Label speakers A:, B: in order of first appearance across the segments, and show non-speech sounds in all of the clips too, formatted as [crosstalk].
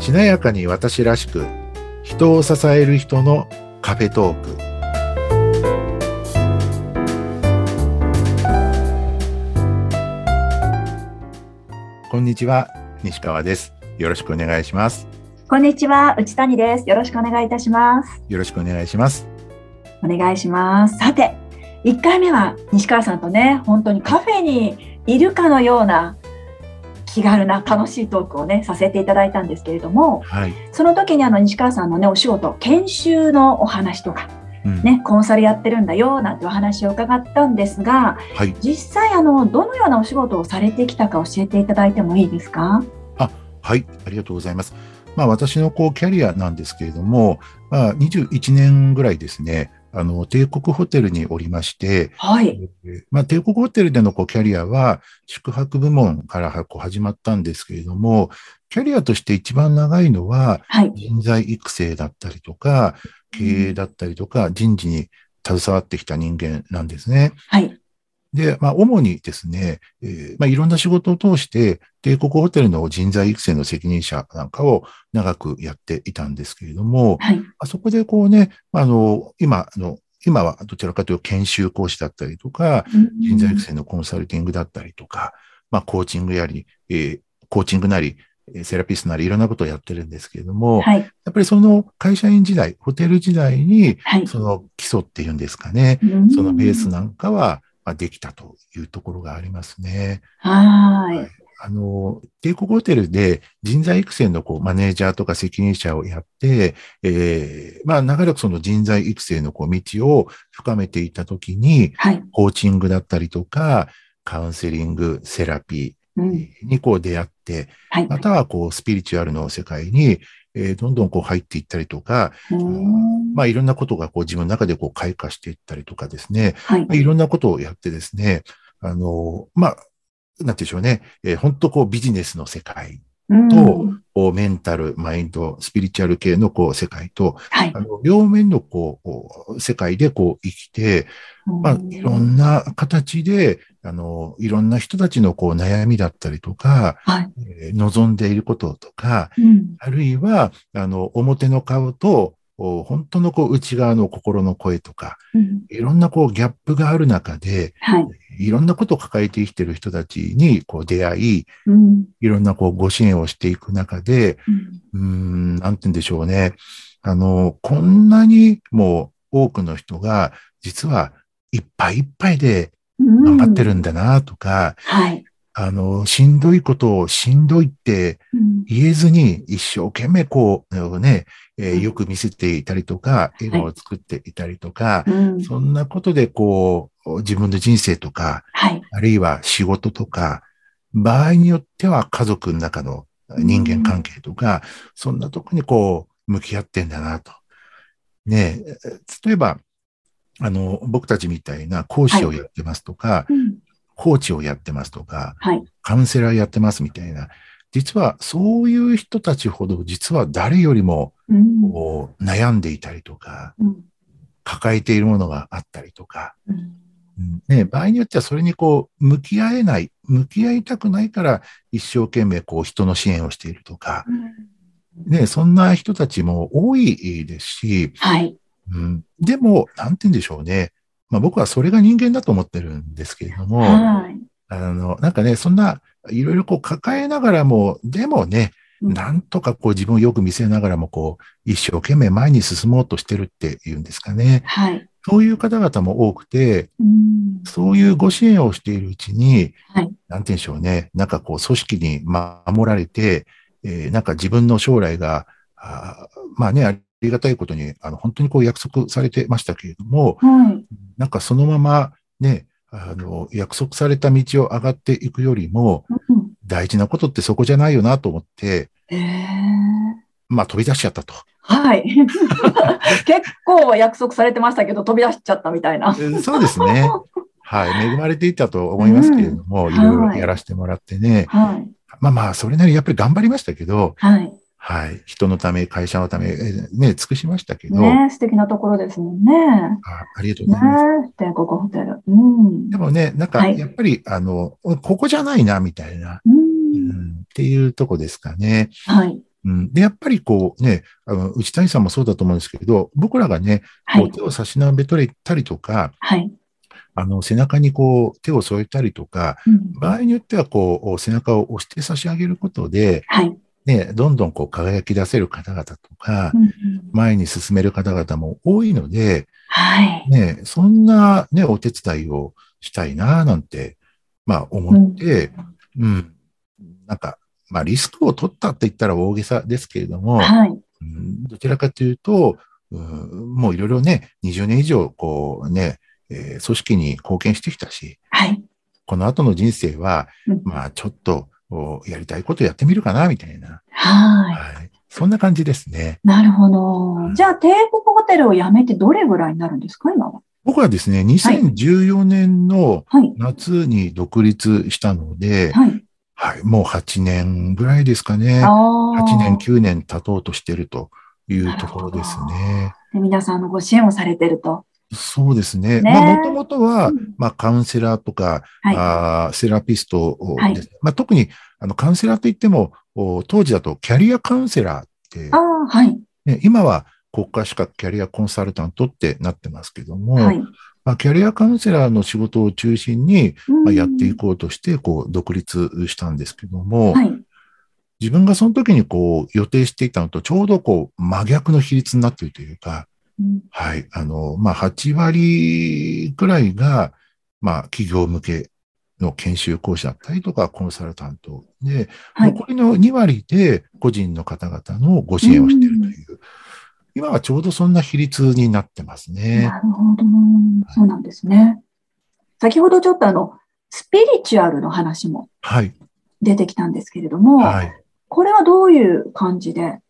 A: 華やかに私らしく人を支える人のカフェトークこんにちは西川ですよろしくお願いします
B: こんにちは、内谷です。よろしくお願いいたします。
A: よろしくお願いします
B: お願いします。さて、1回目は西川さんとね、本当にカフェにいるかのような気軽な楽しいトークをね、させていただいたんですけれども、
A: はい、
B: その時にあの西川さんのね、お仕事、研修のお話とか、
A: うん
B: ね、コンサルやってるんだよ、なんてお話を伺ったんですが、
A: はい
B: 実際あの、どのようなお仕事をされてきたか教えていただいてもいいですか
A: はい、ありがとうございます。まあ、私のこうキャリアなんですけれども、まあ、21年ぐらいですね、あの帝国ホテルにおりまして、
B: はい。
A: まあ、帝国ホテルでのこうキャリアは宿泊部門からこう始まったんですけれども、キャリアとして一番長いのは
B: はい。
A: 人材育成だったりとか、経営だったりとか、人事に携わってきた人間なんですね。
B: はい。
A: で、まあ、主にですね、えーまあ、いろんな仕事を通して、帝国ホテルの人材育成の責任者なんかを長くやっていたんですけれども、
B: はい。
A: まあそこでこうね、まああの、今、あの、今はどちらかというと研修講師だったりとか、人材育成のコンサルティングだったりとか、まあ、コーチングやり、えーコーチングなり、えーセラピストなり、いろんなことをやってるんですけれども、
B: はい。
A: やっぱりその会社員時代、ホテル時代に、
B: はい。
A: その基礎っていうんですかね、そのベースなんかは、まあ、できたというところがありますね。
B: はー
A: はいい。あの、帝国ホテルで人材育成のこうマネージャーとか責任者をやって、えーまあ長らくその人材育成のこう道を深めていたときに、
B: はい。
A: コーチングだったりとか、カウンセリング、セラピ
B: う
A: ー
B: ん。
A: にこう出会って、
B: はい。
A: またはこうスピリチュアルの世界に、えーどんどんこう入っていったりとか、
B: うん
A: まあいろんなことがこう自分の中でこう開花していったりとかですね、
B: はい
A: まあ。いろんなことをやってですね、あの、まあ、なんていうんでしょうね、えー、本当こうビジネスの世界
B: うん
A: とをメンタル、マインド、スピリチュアル系のこう世界と、
B: はい
A: あ。の両面のこうこう世界でこう生きて、まあ
B: うん
A: いろんな形で、あの、いろんな人たちのこう悩みだったりとか、
B: はい。
A: えー望んでいることとか、
B: うん
A: あるいは、あの、表の顔と、お本当のこう内側の心の声とか、
B: うん
A: いろんなこうギャップがある中で、
B: はい。
A: いろんなことを抱えて生きてる人たちにこう出会い、
B: うん
A: いろんなこうご支援をしていく中で、
B: うん
A: うーん、なんて言うんでしょうね。あの、こんなにも多くの人が、実はいっぱいいっぱいで
B: う
A: 頑
B: ん
A: 張ってるんだなとか、
B: はい。
A: あの、しんどいことをしんどいって
B: うん
A: 言えずに、一生懸命こう、ね、えーよく見せていたりとか、笑顔を作っていたりとか、
B: うん
A: そんなことでこう、自分の人生とか、
B: はい。
A: あるいは仕事とか、場合によっては家族の中の人間関係とか、そんなとこにこう、向き合ってんだなと。ねえ、例えば、あの、僕たちみたいな講師をやってますとか、
B: うん
A: コーチをやってますとか、
B: はい
A: カウンセラーやってますみたいな、実はそういう人たちほど、実は誰よりも
B: うん
A: こう悩んでいたりとか、
B: うん
A: 抱えているものがあったりとか、
B: うん
A: うんね、場合によってはそれにこう、向き合えない、向き合いたくないから一生懸命こう人の支援をしているとか、ね、そんな人たちも多いですし、
B: はい。
A: うん、でも、なんて言うんでしょうね。まあ僕はそれが人間だと思ってるんですけれども、
B: はい。
A: あの、なんかね、そんないろいろこう抱えながらも、でもね、
B: うん
A: なんとかこう自分をよく見せながらもこう、一生懸命前に進もうとしてるっていうんですかね。
B: はい。
A: そういう方々も多くて、
B: うん
A: そういうご支援をしているうちに、
B: はい
A: なんて言うんでしょうね。なんかこう、組織に守られて、えーなんか自分の将来が、あーまあね、ありがたいことに、あの、本当にこう約束されてましたけれども、
B: はい。
A: なんかそのままね、あの、約束された道を上がっていくよりも、
B: うん
A: 大事なことってそこじゃないよなと思って、
B: えー
A: まあ飛び出しちゃった
B: [laughs]
A: と。 [laughs]
B: はい。結構約束されてましたけど、飛び出しちゃったみたいな。
A: えーそうですね。はい。恵まれていたと思いますけれども、
B: うん
A: いろいろ
B: はい
A: やらせてもらってね。
B: はい。
A: まあまあ、それなりやっぱり頑張りましたけど、
B: はい。
A: はい。人のため、会社のため、えーね、尽くしましたけど、
B: ね素敵なところですもんね。
A: あありがとうご
B: ね
A: ざいます。
B: え、帝国ホテル。うん。
A: でもね、なんか、
B: はい
A: やっぱり、あの、ここじゃないな、みたいな、
B: う。
A: うんん、っていうとこですかね。
B: はい。
A: うん、で、やっぱりこうね、あの、内谷さんもそうだと思うんですけど、僕らがね、
B: は
A: こう
B: い。
A: 手を差し伸べとれたりとか、
B: はい。
A: あの、背中にこう手を添えたりとか、
B: うん
A: 場合によってはこう、背中を押して差し上げることで、
B: はい。
A: ね、どんどんこう輝き出せる方々とか
B: う、んうん
A: 前に進める方々も多いので、
B: はい。
A: ね、そんなね、お手伝いをしたいな、なんて、まあ思って、うん、なんか、まあリスクを取ったって言ったら大げさですけれども、
B: はい。
A: うんどちらかというと、うんもういろいろね、20年以上、こうね、えー組織に貢献してきたし、
B: はい。
A: この後の人生は
B: うん、
A: まあちょっと、おやりたいことやってみるかな、みたいな。
B: はい。
A: はい。そんな感じですね。
B: なるほど。じゃあ、帝国ホテルを辞めてどれぐらいになるんですか、今は。
A: 僕はですね、2014年の
B: はい。
A: 夏に独立したので、
B: はい。
A: はい、もう8年ぐらいですかね。
B: あ
A: 8年、
B: あ。
A: 9年経とうとしてるというところですね。
B: で皆さんあのご支援をされてると。
A: そうですね。
B: ね
A: まあ、もともとは
B: うん、
A: まあ、カウンセラーとか、
B: は
A: あーセラピストを
B: はい
A: ですねまあ、特に、あの、カウンセラーといっても、お当時だとキャリアカウンセラーって
B: い。あ、あ、はい。
A: ね、今は国家資格キャリアコンサルタントってなってますけども、
B: はい。
A: まあ、キャリアカウンセラーの仕事を中心に、まあ、やってい
B: く。
A: こうとして、こう、独立したんですけども、
B: はい。
A: 自分がその時にこう、予定していたのとちょうどこう、真逆の比率になっているというか、
B: うん
A: はい。あの、まあ、8割くらいが、まあ、企業向けの研修講師だったりとか、コンサルタントで、
B: はい。
A: 残りの2割で個人の方々のご支援をしているという、今はちょうどそんな比率になってますね。
B: なるほど。そうなんですね。先ほどちょっとあの、スピリチュアルの話も
A: はい。
B: 出てきたんですけれども、
A: はい。
B: これはどういう感じで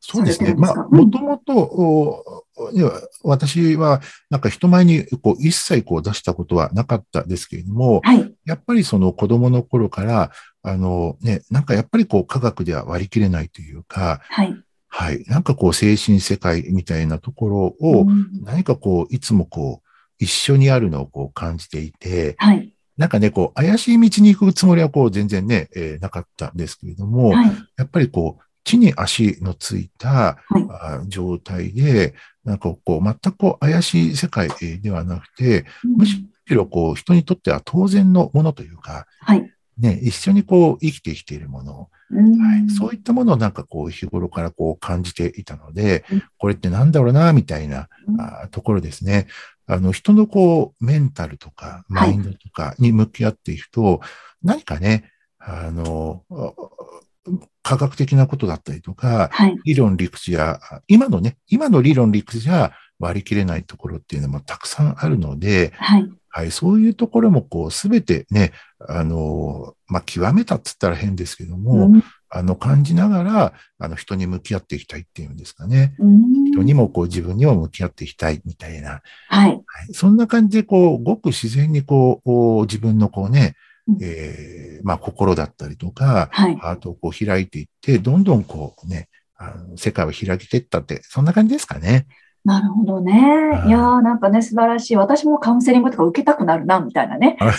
A: そうですね。
B: されてるんで
A: ますあ、
B: か
A: もともと、おいや私は、なんか人前にこう一切こう出したことはなかったですけれども、
B: はい。
A: やっぱりその子供の頃から、あのね、なんかやっぱりこう科学では割り切れないというか、
B: はい。
A: はい、なんかこう精神世界みたいなところを
B: う、ん
A: 何かこういつもこう一緒にあるのをこう感じていて、
B: はい。
A: なんかね、こう怪しい道に行くつもりはこう全然ね、えーなかったんですけれども、
B: はい。
A: やっぱりこう、地に足のついた、
B: はい
A: あー状態で、なんかこう、全くこう怪しい世界えーではなくて、むしろこう、人にとっては当然のものというか、
B: はい。
A: ね、一緒にこう生きてきているもの、はい、そういったものをなんかこう日頃からこう感じていたので
B: うん、
A: これってなんだろうな、みたいな
B: うん
A: あーところですね。あの人のこうメンタルとか
B: は
A: マ
B: い
A: インドとかに向き合っていくと、何かね、あの、あ科学的なことだったりとか、
B: はい。
A: 理論理屈や、あ今のね、今の理論理屈じゃ割り切れないところっていうのもたくさんあるので、
B: はい。
A: はい、そういうところもこう、すべてね、あの、まあ、極めたっつったら変ですけども、
B: うん
A: あの、感じながら、あの、人に向き合っていきたいっていうんですかね。人にもこう、自分にも向き合っていきたいみたいな、
B: は
A: は
B: い。
A: い、そんな感じでこう、ごく自然にこう、こう自分のこうね
B: うん、
A: えーまあ、心だったりとか、
B: はい。
A: ハートをこう開いていって、どんどんこうね、あの世界を開けていったって、そんな感じですか
B: [laughs]
A: ね。
B: なるほどね。
A: い
B: いやーなんかね、素晴らしい。私もカウンセリングとか受けたくなるな、みたいなね。
A: あ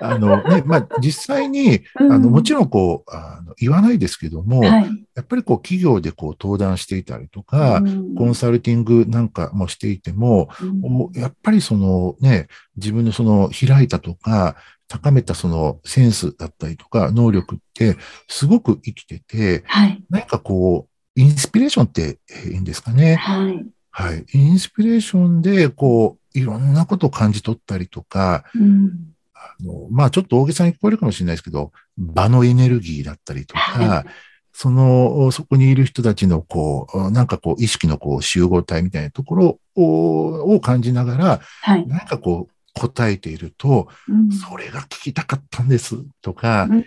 A: あのね、まあ、実際に、
B: あ
A: あの、もちろんこう、あの言わないですけども、
B: はい。
A: やっぱりこう企業でこう登壇していたりとか、
B: うん
A: コンサルティングなんかもしていても、
B: うん
A: おやっぱりそのね、自分のその開いたとか、高めたそのセンスだったりとか、能力ってすごく生きてて、
B: はい。
A: 何かこう、インスピレーションってえーいいんですかね。
B: はい。
A: はい。インスピレーションで、こう、いろんなことを感じ取ったりとか、
B: うん
A: あの、まあちょっと大げさに聞こえるかもしれないですけど、場のエネルギーだったりと
B: は
A: か、その、そこにいる人たちのこう、なんかこう意識のこう集合体みたいなところをを感じながら、
B: はい。
A: なんかこう答えていると、
B: うん
A: それが聞きたかったんですとか、
B: うんうん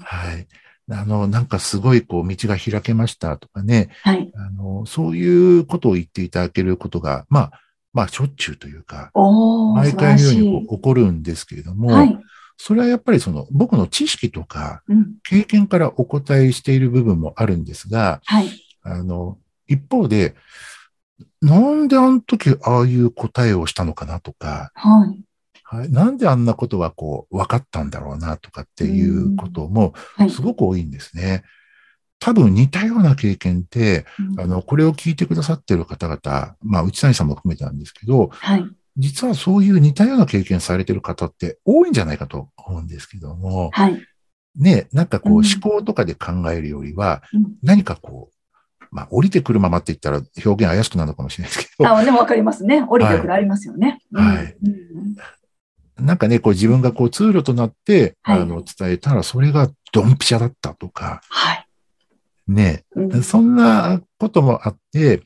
A: はい。あの、なんかすごいこう道が開けましたとかね、
B: はい。
A: あの、そういうことを言っていただけることが、まあ、まあしょっちゅうというか、
B: おー、
A: 毎
B: 素晴ら
A: 回のよう
B: し
A: に
B: い。
A: こう起こるんですけれども、
B: はい。
A: それはやっぱりその僕の知識とか
B: うん
A: 経験からお答えしている部分もあるんですが、
B: はい。
A: あの、一方で、なんであの時ああいう答えをしたのかなとか、
B: はい。
A: はい、なんであんなことがこう分かったんだろうなとかっていうことも
B: はい。
A: すごく多いんですね。多分似たような経験って、あの、これを聞いてくださってる方々、まあ、内谷さんも含めてなんですけど、
B: はい。
A: 実はそういう似たような経験されてる方って多いんじゃないかと思うんですけども、
B: はい。
A: ね、なんかこう
B: うん
A: 思考とかで考えるよりは、
B: うん
A: 何かこう、まあ降りてくるままって言ったら表現怪しくなるのかもしれないですけど、
B: あ、でもわかりますね。降りてくるありますよね。
A: はい
B: うん。うん
A: なんかね、こう自分がこうツールとなって、
B: はい
A: あの、伝えたらそれがドンピシャだったとか、
B: はい。
A: ね、
B: うん
A: そんなこともあって、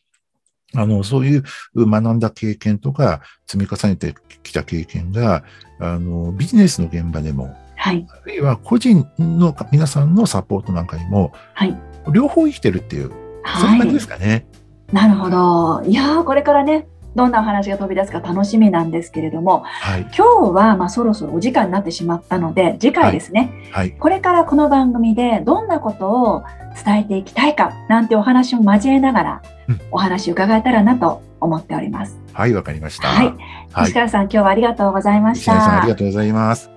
A: あの、そういう学んだ経験とか、積み重ねてきた経験が、あの、ビジネスの現場でも、
B: はい。
A: あるいは個人の皆さんのサポートなんかにも、
B: はい
A: 両方生きてるっていう、そん
B: は
A: な感じで
B: い
A: す。かね。
B: なるほど。いやー、これからね、どんなお話が飛び出すか楽しみなんですけれども、
A: はい。
B: 今日はまあそろそろお時間になってしまったので、次回ですね、
A: はい。
B: これからこの番組でどんなことを伝えていきたいかなんてお話を交えながら
A: うん
B: お話を伺えたらなと思っております。
A: はい、わかりました。
B: はい。
A: はい
B: 西川さん、今日はありがとうございまし
A: 石谷さん、あ
B: た
A: りが。とうございます。